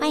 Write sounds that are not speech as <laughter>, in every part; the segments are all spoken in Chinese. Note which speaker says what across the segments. Speaker 1: 欢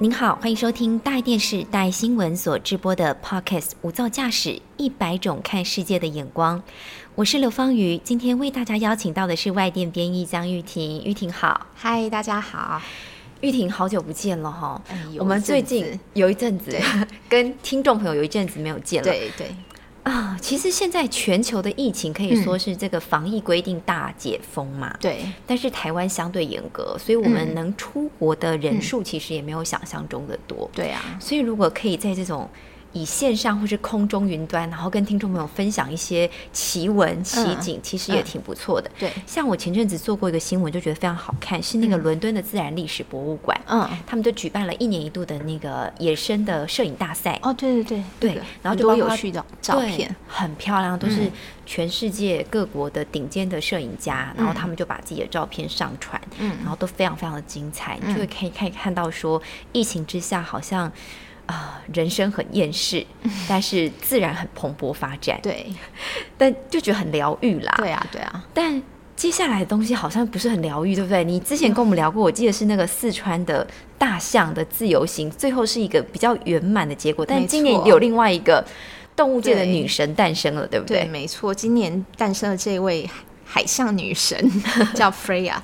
Speaker 2: 您好，欢迎收听大爱电视、大爱新闻所直播的 Podcast《无噪驾驶：一百种看世界的眼光》。我是刘芳瑜，今天为大家邀请到的是外电编译张玉婷。玉婷好，
Speaker 3: 嗨，大家好。
Speaker 2: 玉婷，好久不见了哈、
Speaker 3: 哎有一
Speaker 2: 我们最
Speaker 3: 阵
Speaker 2: 近
Speaker 3: 子
Speaker 2: 有一阵子 <laughs> 跟听众朋友有一阵子没有见了。
Speaker 3: 对对，
Speaker 2: 啊，其实现在全球的疫情可以说是这个防疫规定大解封嘛。
Speaker 3: 对，
Speaker 2: 但是台湾相对严格，所以我们
Speaker 3: 嗯
Speaker 2: 能出国的人数其实也没有想象中的多。
Speaker 3: 对啊，
Speaker 2: 所以如果可以在这种以线上或是空中云端，然后跟听众朋友分享一些奇闻奇景，其实也挺不错的。
Speaker 3: 对
Speaker 2: 像我前阵子做过一个新闻，就觉得非常好看，是那个伦敦的自然历史博物馆，
Speaker 3: 嗯，
Speaker 2: 他们就举办了一年一度的那个野生的摄影大赛。
Speaker 3: 哦，对对对
Speaker 2: 对
Speaker 3: 这个
Speaker 2: 然后
Speaker 3: 很
Speaker 2: 就
Speaker 3: 多
Speaker 2: 包
Speaker 3: 有
Speaker 2: 括
Speaker 3: 趣的照
Speaker 2: 对
Speaker 3: 片，嗯
Speaker 2: 很漂亮，都是全世界各国的顶尖的摄影家，然后他们就把自己的照片上传，
Speaker 3: 嗯
Speaker 2: 然后都非常非常的精彩，你就会可以可以看到说，疫情之下好像啊、人生很厌世，但是自然很蓬勃发展，，
Speaker 3: 嗯对
Speaker 2: 但就觉得很疗愈啦，
Speaker 3: 对啊对啊，
Speaker 2: 但接下来的东西好像不是很疗愈，对不对？你之前跟我们聊过，我记得是那个四川的大象的自由行，最后是一个比较圆满的结果。但
Speaker 3: 没错
Speaker 2: 今年有另外一个动物界的
Speaker 3: 对
Speaker 2: 女神诞生了，对不
Speaker 3: 对，
Speaker 2: 对？
Speaker 3: 没错，今年诞生的这位海海象女 <laughs> 神叫 Freya。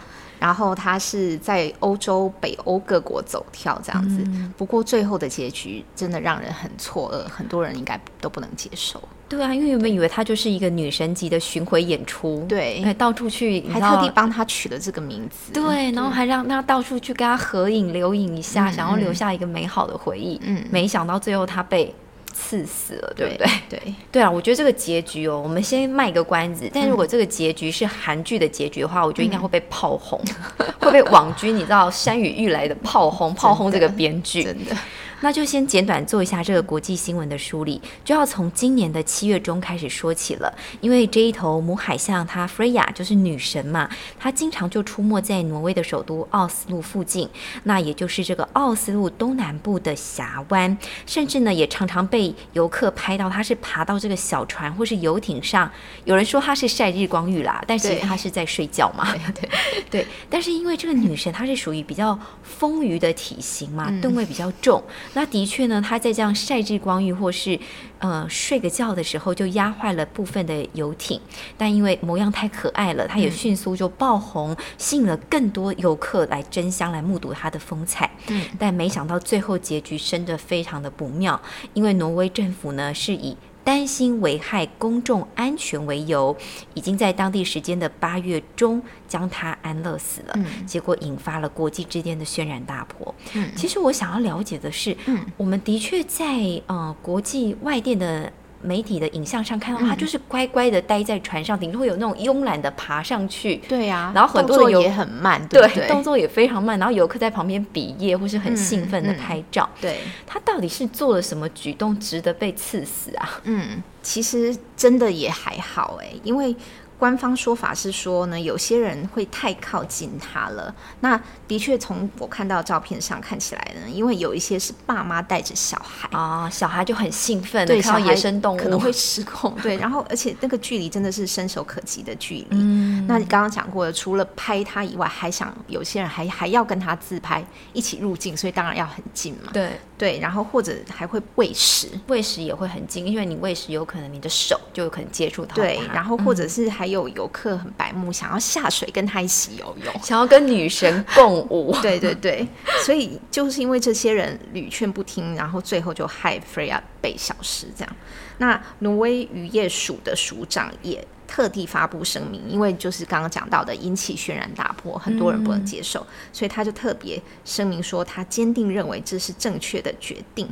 Speaker 3: 然后她是在欧洲、北欧各国走跳这样子，不过最后的结局真的让人很错愕，很多人应该都不能接受。
Speaker 2: 对啊，因为原本以为她就是一个女神级的巡回演出，
Speaker 3: 对
Speaker 2: 哎到处去，你知
Speaker 3: 还
Speaker 2: 道
Speaker 3: 特地嗯帮她取了这个名字。
Speaker 2: 对，然后还让她到处去跟她合影留影一下，想要留下一个美好的回忆。
Speaker 3: 嗯
Speaker 2: 没想到最后她被刺死了，对不对？
Speaker 3: 对，
Speaker 2: 对啊，我觉得这个结局哦，我们先卖个关子。但如果这个结局是韩剧的结局的话，我觉得应该会被炮轰， <laughs> 会被网军你知道山雨欲来的炮轰，炮轰这个编剧。
Speaker 3: 真的，
Speaker 2: 那就先简短做一下这个国际新闻的梳理，就要从今年的七月中开始说起了。因为这一头母海象它 Freya 就是女神嘛，她经常就出没在挪威的首都奥斯陆附近，那也就是这个奥斯陆东南部的峡湾，甚至呢也常常被游客拍到，她是爬到这个小船或是游艇上，有人说她是晒日光浴啦，但其实
Speaker 3: 对
Speaker 2: 她是在睡觉嘛。
Speaker 3: 对
Speaker 2: 对，但是因为这个女神她是属于比较丰腴的体型嘛，吨位比较重，那的确呢，她在这样晒日光浴或是呃睡个觉的时候，就压坏了部分的游艇。但因为模样太可爱了，她也迅速就爆红，吸引了更多游客来争相来目睹她的风采。
Speaker 3: 嗯
Speaker 2: 但没想到最后结局真的非常的不妙，因为挪威政府呢是以担心危害公众安全为由，已经在当地时间的八月中将他安乐死了，
Speaker 3: 嗯
Speaker 2: 结果引发了国际之间的轩然大波。
Speaker 3: 嗯
Speaker 2: 其实我想要了解的是，
Speaker 3: 嗯
Speaker 2: 我们的确在呃国际外电的。媒体的影像上看到
Speaker 3: 嗯
Speaker 2: 他就是乖乖的待在船上，顶多会有那种慵懒的爬上去，
Speaker 3: 对啊，
Speaker 2: 然后很多
Speaker 3: 动
Speaker 2: 人有
Speaker 3: 作也很慢，
Speaker 2: 对
Speaker 3: 不对？
Speaker 2: 动作也非常慢，然后游客在旁边比耶或是很
Speaker 3: 嗯
Speaker 2: 兴奋的
Speaker 3: 嗯
Speaker 2: 拍照。
Speaker 3: 对，
Speaker 2: 他到底是做了什么举动值得被刺死啊？
Speaker 3: 嗯，其实真的也还好哎，因为官方说法是说呢，有些人会太靠近他了。那的确从我看到照片上看起来呢，因为有一些是爸妈带着小孩。
Speaker 2: 啊，小孩就很兴奋的
Speaker 3: 对，
Speaker 2: 看到
Speaker 3: 小孩
Speaker 2: 野生动物，
Speaker 3: 可能会失控。对，然后而且那个距离真的是伸手可及的距离。
Speaker 2: <laughs> 嗯
Speaker 3: 那你刚刚讲过的，除了拍他以外，还想有些人还还要跟他自拍，一起入境，所以当然要很近嘛。
Speaker 2: 对
Speaker 3: 对，然后或者还会喂食，
Speaker 2: 喂食也会很近，因为你喂食有可能你的手就有可能接触到它
Speaker 3: 对，然后或者是还有游客很白目，想要下水跟他一起游泳。
Speaker 2: 想要跟女神共 <laughs> 舞，
Speaker 3: 对对对，所以就是因为这些人屡劝不听，然后最后就害 Freya 被消失这样。那挪威渔业署的署长也特地发布声明，因为就是刚刚讲到的引起轩然大波，很多人不能接受，所以他就特别声明说，他坚定认为这是正确的决定。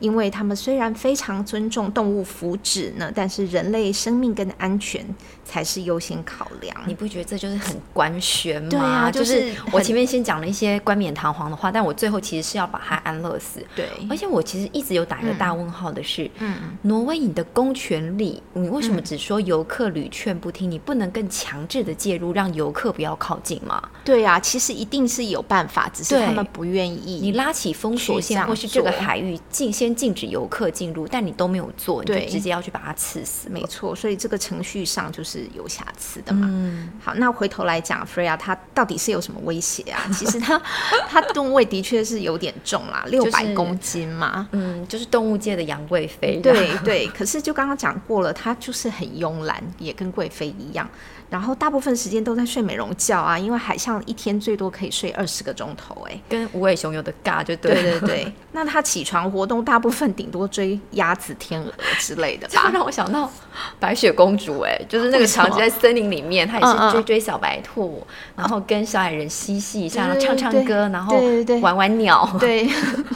Speaker 3: 因为他们虽然非常尊重动物福祉呢，但是人类生命跟安全才是优先考量。
Speaker 2: 你不觉得这就是很官宣吗？
Speaker 3: 对啊
Speaker 2: 就
Speaker 3: 就是
Speaker 2: 我
Speaker 3: 很
Speaker 2: 前面先讲了一些冠冕堂皇的话，但我最后其实是要把它安乐死。
Speaker 3: 对，
Speaker 2: 而且我其实一直有打一个
Speaker 3: 哎嗯
Speaker 2: 大问号的是，
Speaker 3: 嗯，
Speaker 2: 挪威你的公权力，你为什么
Speaker 3: 嗯
Speaker 2: 只说游客屡劝不听？你不能更强制的介入，让游客不要靠近吗？
Speaker 3: 对啊，其实一定是有办法，只是
Speaker 2: 对
Speaker 3: 他们不愿
Speaker 2: 你
Speaker 3: 意。
Speaker 2: 拉起封锁
Speaker 3: 去这
Speaker 2: 线，
Speaker 3: 样
Speaker 2: 或是这个
Speaker 3: 做
Speaker 2: 海域禁先禁止游客进入，但你都没有做，你就
Speaker 3: 对
Speaker 2: 直接要去把它刺死了。
Speaker 3: 没错，所以这个程序上就是有瑕疵的嘛。
Speaker 2: 嗯，
Speaker 3: 好，那回头来讲，Freya 它到底是有什么威胁啊？ <laughs> 其实它它吨位的确是有点重啦，六
Speaker 2: 是
Speaker 3: 百公斤嘛。
Speaker 2: 嗯，就是动物界的杨贵妃。
Speaker 3: <laughs> 对对，可是就刚刚讲过了，它就是很慵懒，也跟贵妃一样，然后大部分时间都在睡美容觉啊，因为海象一天最多可以睡二十个钟头、哎。
Speaker 2: 跟无尾熊有的尬就对
Speaker 3: 对
Speaker 2: 了。
Speaker 3: 对对，那它起床活动大部分顶多追鸭子、天鹅之类的
Speaker 2: <laughs> 这样
Speaker 3: 吧。
Speaker 2: 让我想到白雪公主、哎，就是那个
Speaker 3: 为什
Speaker 2: 场景
Speaker 3: 么
Speaker 2: 在森林里面，她也
Speaker 3: 嗯
Speaker 2: 是
Speaker 3: 嗯
Speaker 2: 追追小白兔，然后跟小矮人嬉戏一下，然后
Speaker 3: 对
Speaker 2: 唱
Speaker 3: 对
Speaker 2: 唱
Speaker 3: 对
Speaker 2: 歌，然后
Speaker 3: 对对对
Speaker 2: 玩玩鸟。
Speaker 3: 对， <laughs>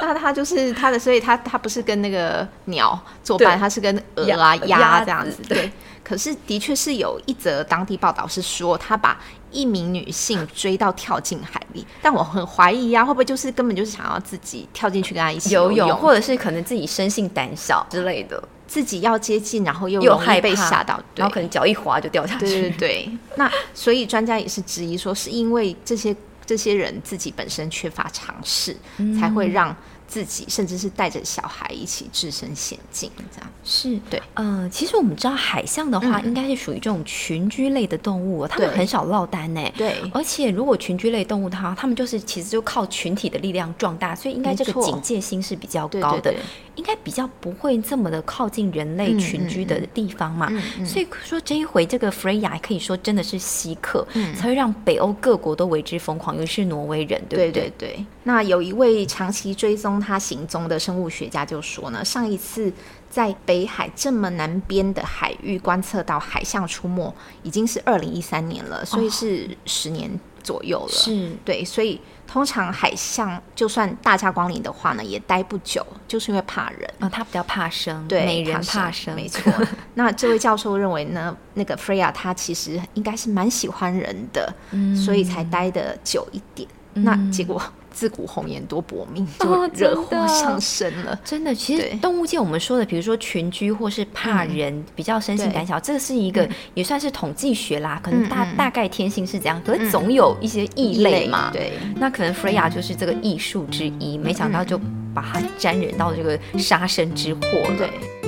Speaker 3: 那那它就是它的，所以它它不是跟那个鸟作
Speaker 2: 对
Speaker 3: 伴，它是跟鹅啊、
Speaker 2: 鸭鸭
Speaker 3: 鸭这样
Speaker 2: 子
Speaker 3: 子。对，可是的确是有一则当地报道是说，他把一名女性追到跳进海里，但我很怀疑啊，会不会就是根本就是想要自己跳进去跟他一
Speaker 2: <laughs>
Speaker 3: 起
Speaker 2: 游
Speaker 3: 泳，
Speaker 2: 泳，或者是可能自己生性胆小之类的，
Speaker 3: 自己要接近，然后又
Speaker 2: 又
Speaker 3: 容易
Speaker 2: 害怕
Speaker 3: 被吓到，对
Speaker 2: 然后可能脚一滑就掉下去。
Speaker 3: 对对 <laughs> 对，那所以专家也是质疑说，是因为这些这些人自己本身缺乏尝试，才会让自己甚至是带着小孩一起置身险境这样。
Speaker 2: 是
Speaker 3: 对，
Speaker 2: 嗯、其实我们知道海象的话，
Speaker 3: 嗯
Speaker 2: 应该是属于这种群居类的动物、哦，它们
Speaker 3: 对
Speaker 2: 很少落单呢。
Speaker 3: 对
Speaker 2: 而且如果群居类动物它，它们就是其实就靠群体的力量壮大，所以应该
Speaker 3: 没
Speaker 2: 这个
Speaker 3: 错
Speaker 2: 警戒心是比较
Speaker 3: 对
Speaker 2: 高的，
Speaker 3: 对对
Speaker 2: 应该比较不会这么的靠近人类
Speaker 3: 嗯
Speaker 2: 群居的
Speaker 3: 嗯嗯
Speaker 2: 地方嘛。
Speaker 3: 嗯嗯
Speaker 2: 所以说这一回这个 Freya 可以说真的是稀客，
Speaker 3: 嗯
Speaker 2: 才会让北欧各国都为之疯狂，尤其是挪威人，对不
Speaker 3: 对对对，那有一位长期追踪他行踪的生物学家就说呢，上一次在北海这么南边的海域观测到海象出没，已经是二零一三年了，所以是十年左右了。
Speaker 2: 是。
Speaker 3: 对，所以通常海象就算大驾光临的话呢，也待不久，就是因为怕人。
Speaker 2: 啊、他比较怕生，
Speaker 3: 对，
Speaker 2: 美人怕
Speaker 3: 生，
Speaker 2: 生， <laughs>
Speaker 3: 没错。 <laughs> 那这位教授认为呢，那个 Freya 她其实应该是蛮喜欢人的，
Speaker 2: 嗯
Speaker 3: 所以才待得久一点。那结果自古红颜多薄命，就
Speaker 2: 哦
Speaker 3: 惹
Speaker 2: 真
Speaker 3: 祸
Speaker 2: 的
Speaker 3: 上身了。
Speaker 2: 真的，其实
Speaker 3: 对嗯
Speaker 2: 动物界我们说的，比如说群居或是怕人、比较生性
Speaker 3: 对嗯
Speaker 2: 胆小，这是一个也算是统计学啦，可能大、
Speaker 3: 嗯嗯嗯
Speaker 2: 大概天性是这样，可是总有一些异类嘛。
Speaker 3: 对，
Speaker 2: 那可能 Freya 就是这个艺术之一，没想到就把它沾染到这个杀身之祸了。
Speaker 3: 对。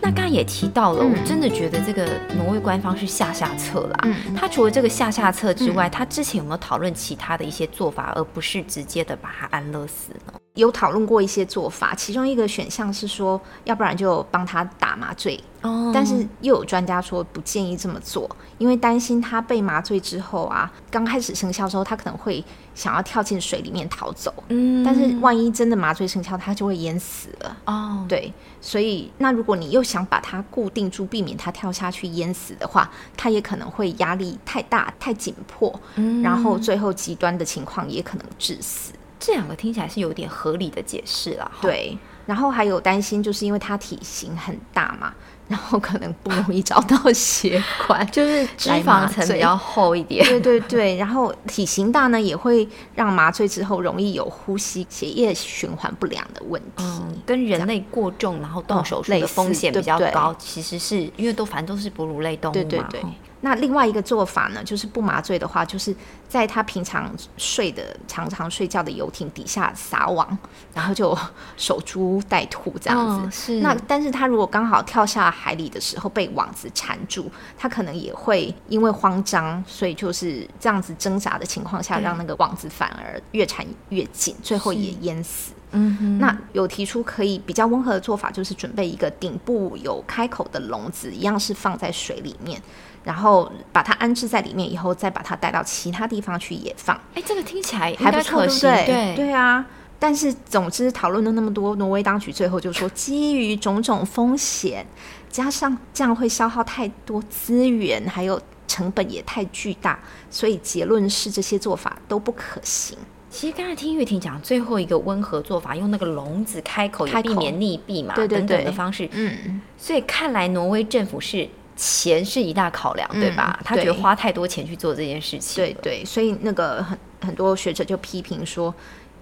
Speaker 2: 那刚刚也提到了，
Speaker 3: 嗯
Speaker 2: 我真的觉得这个挪威官方是下下策啦。
Speaker 3: 嗯
Speaker 2: 他除了这个下下策之外，他之前有没有讨论其他的一些做法，而不是直接的把它安乐死呢？
Speaker 3: 有讨论过一些做法，其中一个选项是说，要不然就帮他打麻醉
Speaker 2: 哦
Speaker 3: 但是又有专家说不建议这么做，因为担心他被麻醉之后啊，刚开始生效的时候，他可能会想要跳进水里面逃走，
Speaker 2: 嗯
Speaker 3: 但是万一真的麻醉生效，他就会淹死了。
Speaker 2: 哦，
Speaker 3: 对，所以那如果你又想把它固定住，避免它跳下去淹死的话，它也可能会压力太大、太紧迫，
Speaker 2: 嗯
Speaker 3: 然后最后极端的情况也可能致死。
Speaker 2: 这两个听起来是有点合理的解释啦。哈，
Speaker 3: 对，然后还有担心，就是因为它体型很大嘛，然后可能不容易找到血 <laughs> 管，
Speaker 2: 就是脂
Speaker 3: 来
Speaker 2: 肪
Speaker 3: 麻
Speaker 2: 层比
Speaker 3: 醉
Speaker 2: 较厚一点。
Speaker 3: 对对对，然后体型大呢，也会让麻醉之后容易有呼吸、血液循环不良的问题。
Speaker 2: 嗯，跟人类过重然后动
Speaker 3: 嗯
Speaker 2: 手术
Speaker 3: 类
Speaker 2: 的风
Speaker 3: 似
Speaker 2: 险比
Speaker 3: 对不
Speaker 2: 较
Speaker 3: 对
Speaker 2: 高，其实是因为都反正都是哺乳类动物嘛。
Speaker 3: 对对对
Speaker 2: 哈。
Speaker 3: 那另外一个做法呢，就是不麻醉的话，就是在他平常睡的、常常睡觉的游艇底下撒网，然后就 <laughs> 守株待兔这样子。
Speaker 2: 嗯是
Speaker 3: 那但是他如果刚好跳下海里的时候被网子缠住，他可能也会因为慌张，所以就是这样子挣扎的情况下，
Speaker 2: 对
Speaker 3: 让那个网子反而越缠越紧，最后也淹死。
Speaker 2: 嗯哼，
Speaker 3: 那有提出可以比较温和的做法，就是准备一个顶部有开口的笼子，一样是放在水里面，然后把它安置在里面以后，再把它带到其他地方去野放，
Speaker 2: 哎，这个听起来应
Speaker 3: 还不
Speaker 2: 该
Speaker 3: 错，
Speaker 2: 可
Speaker 3: 对不
Speaker 2: 行，
Speaker 3: 对？对啊。但是，总之讨论了那么多，挪威当局最后就说，基于种种风险，加上这样会消耗太多资源，还有成本也太巨大，所以结论是这些做法都不可行。
Speaker 2: 其实刚才听玉婷讲最后一个温和做法，用那个笼子开口，也
Speaker 3: 开
Speaker 2: 避
Speaker 3: 口
Speaker 2: 免溺毙嘛，
Speaker 3: 对对
Speaker 2: 等等
Speaker 3: 对
Speaker 2: 的方式。
Speaker 3: 嗯，
Speaker 2: 所以看来挪威政府是钱是一大考量，对吧
Speaker 3: 嗯？
Speaker 2: 他觉得
Speaker 3: 对
Speaker 2: 花太多钱去做这件事情了，
Speaker 3: 对对，所以那个很很多学者就批评说，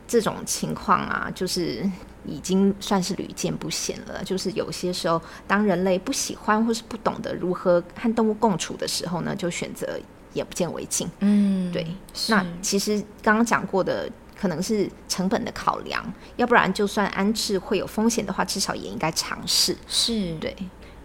Speaker 3: 这种情况啊，就是已经算是屡见不鲜了。就是有些时候，当人类不喜欢或是不懂得如何和动物共处的时候呢，就选择眼不见为净。
Speaker 2: 嗯，
Speaker 3: 对，
Speaker 2: 是
Speaker 3: 那其实刚刚讲过的。可能是成本的考量，要不然就算安置会有风险的话，至少也应该尝试。
Speaker 2: 是，
Speaker 3: 对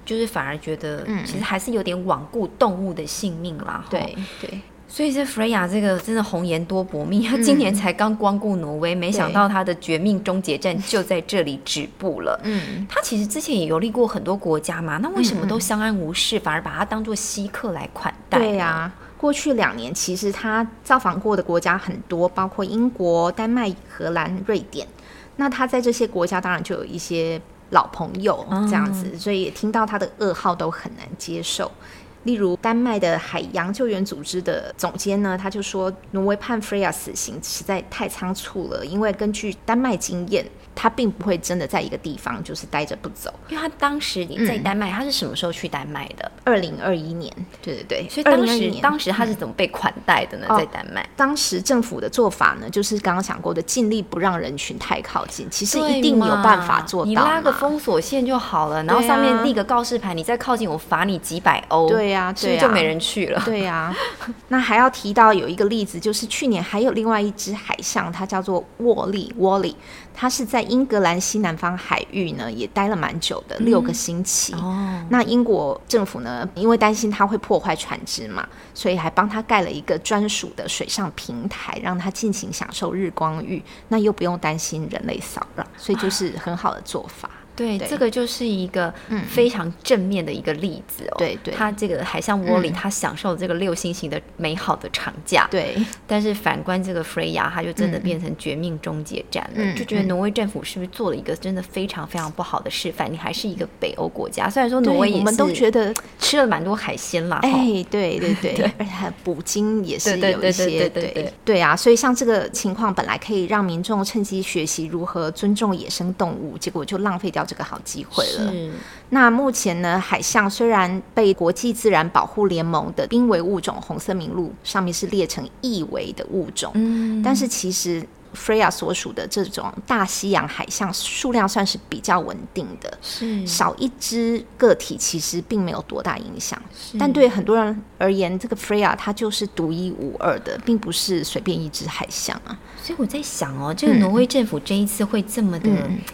Speaker 2: 就是反而觉得
Speaker 3: 嗯
Speaker 2: 其实还是有点罔顾动物的性命啦，吼
Speaker 3: 对对，
Speaker 2: 所以这 Freya 这个真的红颜多薄命，
Speaker 3: 嗯
Speaker 2: 她今年才刚光顾挪威，没想到她的绝命终结战就在这里止步了。
Speaker 3: 嗯，
Speaker 2: <laughs> 她其实之前也游历过很多国家嘛，那为什么都相安无事，反而把她当做稀客来款待？
Speaker 3: 对呀、，过去两年其实他造访过的国家很多，包括英国、丹麦、荷兰、瑞典。那他在这些国家当然就有一些老朋友这样子，
Speaker 2: 嗯
Speaker 3: 所以也听到他的噩耗都很难接受。例如，丹麦的海洋救援组织的总监呢，他就说，挪威判 Freya 死刑实在太仓促了，因为根据丹麦经验，他并不会真的在一个地方就是待着不走。
Speaker 2: 因为她当时你在
Speaker 3: 嗯
Speaker 2: 丹麦，她是什么时候去丹麦的？
Speaker 3: 二零二一年，对对对，
Speaker 2: 所以当
Speaker 3: 2021
Speaker 2: 时
Speaker 3: 年嗯
Speaker 2: 当时她是怎么被款待的呢？
Speaker 3: 哦
Speaker 2: 在丹麦，
Speaker 3: 当时政府的做法呢，就是刚刚讲过的，尽力不让人群太靠近。其实一定有办法做到
Speaker 2: 你
Speaker 3: 嘛。
Speaker 2: 拉个封锁线就好了，然后
Speaker 3: 对啊
Speaker 2: 上面立个告示牌，你再靠近我罚你几百欧。
Speaker 3: 对啊呀
Speaker 2: 是不是
Speaker 3: 对呀
Speaker 2: 就没人去了？
Speaker 3: 对啊呀、那还要提到有一个例子，就是去年还有另外一只海象，它叫做沃利 （Wally），它是在英格兰西南方海域呢，也待了蛮久的，六个星期。
Speaker 2: 哦，
Speaker 3: 那英国政府呢，因为担心它会破坏船只嘛，所以还帮它盖了一个专属的水上平台，让它尽情享受日光浴，那又不用担心人类骚扰，所以就是很好的做法。
Speaker 2: 对，
Speaker 3: 对嗯
Speaker 2: 这个就是一个非常正面的一个例子哦。
Speaker 3: 对对
Speaker 2: 他这个海象窝里，
Speaker 3: 嗯
Speaker 2: 他享受这个六星星的美好的长假。，
Speaker 3: 对，
Speaker 2: 但是反观这个 Freya，他就真的
Speaker 3: 嗯
Speaker 2: 变成绝命终结战了，
Speaker 3: 嗯
Speaker 2: 就觉得
Speaker 3: 嗯
Speaker 2: 挪威政府是不是做了一个真的非常非常不好的示范？你还是一个北欧国家，虽然说挪威也
Speaker 3: 我们都
Speaker 2: 是
Speaker 3: 觉得，
Speaker 2: 吃了蛮多海鲜啦，
Speaker 3: 哎、
Speaker 2: 哈
Speaker 3: 对对对，而且还捕鲸也是
Speaker 2: 对
Speaker 3: 有
Speaker 2: 对对
Speaker 3: 一些，
Speaker 2: 对对对对
Speaker 3: 对啊，所以像这个情况，本来可以让民众趁机学习如何尊重野生动物，结果就浪费掉这个好机会了。
Speaker 2: 是
Speaker 3: 那目前呢，海象虽然被国际自然保护联盟的濒危物种红色名录上面是列成易危的物种，
Speaker 2: 嗯，
Speaker 3: 但是其实 Freya 所属的这种大西洋海象数量算是比较稳定的，
Speaker 2: 是
Speaker 3: 少一只个体其实并没有多大影响。
Speaker 2: 是
Speaker 3: 但对很多人而言，这个 Freya 它就是独一无二的，并不是随便一只海象啊。
Speaker 2: 所以我在想哦，这个
Speaker 3: 嗯
Speaker 2: 挪威政府这一次会这么的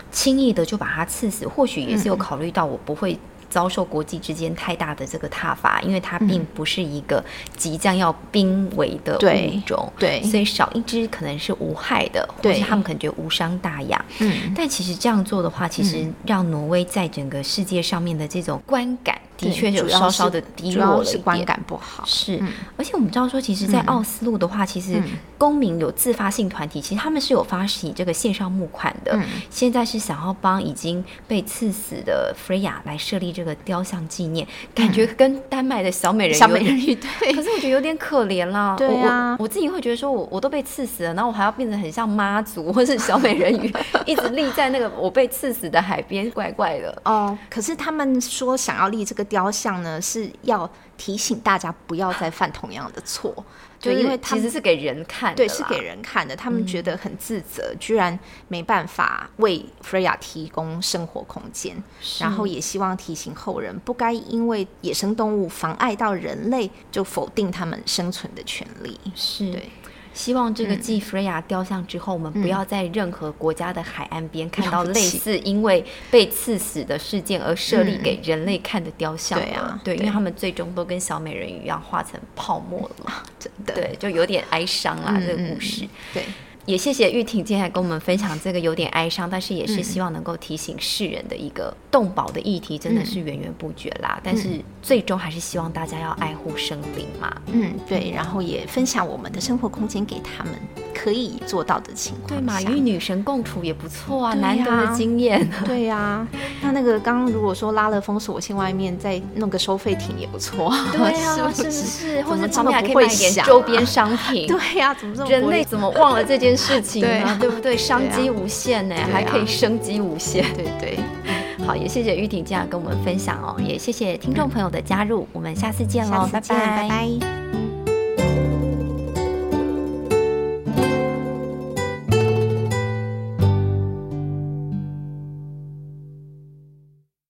Speaker 2: 轻易的就把它刺死，或许也是
Speaker 3: 嗯
Speaker 2: 有考虑到我不会。遭受国际之间太大的这个挞伐，因为它并
Speaker 3: 嗯
Speaker 2: 不是一个即将要濒危的物
Speaker 3: 对
Speaker 2: 种，
Speaker 3: 对
Speaker 2: 所以少一只可能是无害的，或
Speaker 3: 对
Speaker 2: 是他们可能觉得无伤大雅。
Speaker 3: 嗯，
Speaker 2: 但其实这样做的话，其实让挪威在整个世界上面的这种观感，的确有
Speaker 3: 主要
Speaker 2: 稍稍
Speaker 3: 是
Speaker 2: 的低
Speaker 3: 主
Speaker 2: 落
Speaker 3: 要
Speaker 2: 了
Speaker 3: 是
Speaker 2: 一
Speaker 3: 观
Speaker 2: 点。
Speaker 3: 感不好。
Speaker 2: 是，而且我们知道说，其实，在奥斯陆的话，其实
Speaker 3: 嗯
Speaker 2: 公民有自发性团体，其实他们是有发起这个线上募款的。
Speaker 3: 嗯
Speaker 2: 现在是想要帮已经被刺死的 Freya 来设立这个雕像纪念，感觉跟丹麦的小美人
Speaker 3: 嗯小
Speaker 2: 有
Speaker 3: 美人
Speaker 2: 点
Speaker 3: 鱼
Speaker 2: <laughs>
Speaker 3: 对
Speaker 2: 可是我觉得有点可怜
Speaker 3: <laughs>
Speaker 2: 啦。
Speaker 3: 对啊
Speaker 2: 我我我自己会觉得说我，我都被刺死了，然后我还要变得很像妈祖或是小美人
Speaker 3: <laughs>
Speaker 2: 鱼，一直立在那个我被刺死的海边，怪怪的。
Speaker 3: <laughs> 哦，可是他们说想要立这个雕像呢，是要提醒大家不要再犯同样的错，就
Speaker 2: 就是
Speaker 3: 因为他
Speaker 2: 其
Speaker 3: 们
Speaker 2: 实是给人看的
Speaker 3: 对嗯
Speaker 2: 啦
Speaker 3: 是给人看的，他们觉得很自责，居然没办法为 Freya 提供生活空间，然后也希望提醒后人不该因为野生动物妨碍到人类就否定他们生存的权利。
Speaker 2: 是嗯
Speaker 3: 对
Speaker 2: 希望这个继 Freya 雕像之后，我们不要在任何国家的海岸边看到
Speaker 3: 了不
Speaker 2: 类
Speaker 3: 起
Speaker 2: 似因为被刺死的事件而设立给人类看的雕像了。
Speaker 3: 对啊
Speaker 2: 嗯对，因
Speaker 3: 对
Speaker 2: 为他们最终都跟小美人鱼一样化成泡沫了嘛。
Speaker 3: 真的，
Speaker 2: <laughs> 对，嗯就有点哀伤啦，这个故事。
Speaker 3: 对
Speaker 2: 也谢谢玉婷今天来跟我们分享这个有点哀伤，但是也是希望能够提醒世人的一个动保的议题，真的是源源不绝啦。但是最终还是希望大家要爱护生灵嘛。
Speaker 3: 嗯对，然后也分享我们的生活空间给他们可以做到的情况
Speaker 2: 对嘛，
Speaker 3: <laughs> 下
Speaker 2: 与女神共处也不错啊，
Speaker 3: 对
Speaker 2: 难得的
Speaker 3: 呀
Speaker 2: 经验。
Speaker 3: 对呀、那那个刚刚如果说拉了封锁线外面，再弄个收费亭也不错，
Speaker 2: <laughs> 对啊，
Speaker 3: <laughs>
Speaker 2: <laughs> 是
Speaker 3: 是
Speaker 2: 不
Speaker 3: 不是？
Speaker 2: 是？或
Speaker 3: 怎么
Speaker 2: 者
Speaker 3: 这
Speaker 2: 旁
Speaker 3: 么
Speaker 2: 边还可
Speaker 3: 不
Speaker 2: 以
Speaker 3: 会
Speaker 2: 卖点
Speaker 3: 想啊
Speaker 2: 周边商 <laughs> 品。
Speaker 3: 对呀、怎么这么
Speaker 2: 人
Speaker 3: 不会
Speaker 2: 类怎么忘了这件 <laughs> 事情
Speaker 3: 对
Speaker 2: 呢
Speaker 3: 啊？
Speaker 2: 对不对？商机无限呢、
Speaker 3: 对啊
Speaker 2: 还可以生机无限。
Speaker 3: 对对，
Speaker 2: 好，也谢谢玉婷这样跟我们分享哦，也谢谢听众朋友的加入，我们下次见
Speaker 3: 下
Speaker 2: 喽，
Speaker 3: 嗯次见，拜拜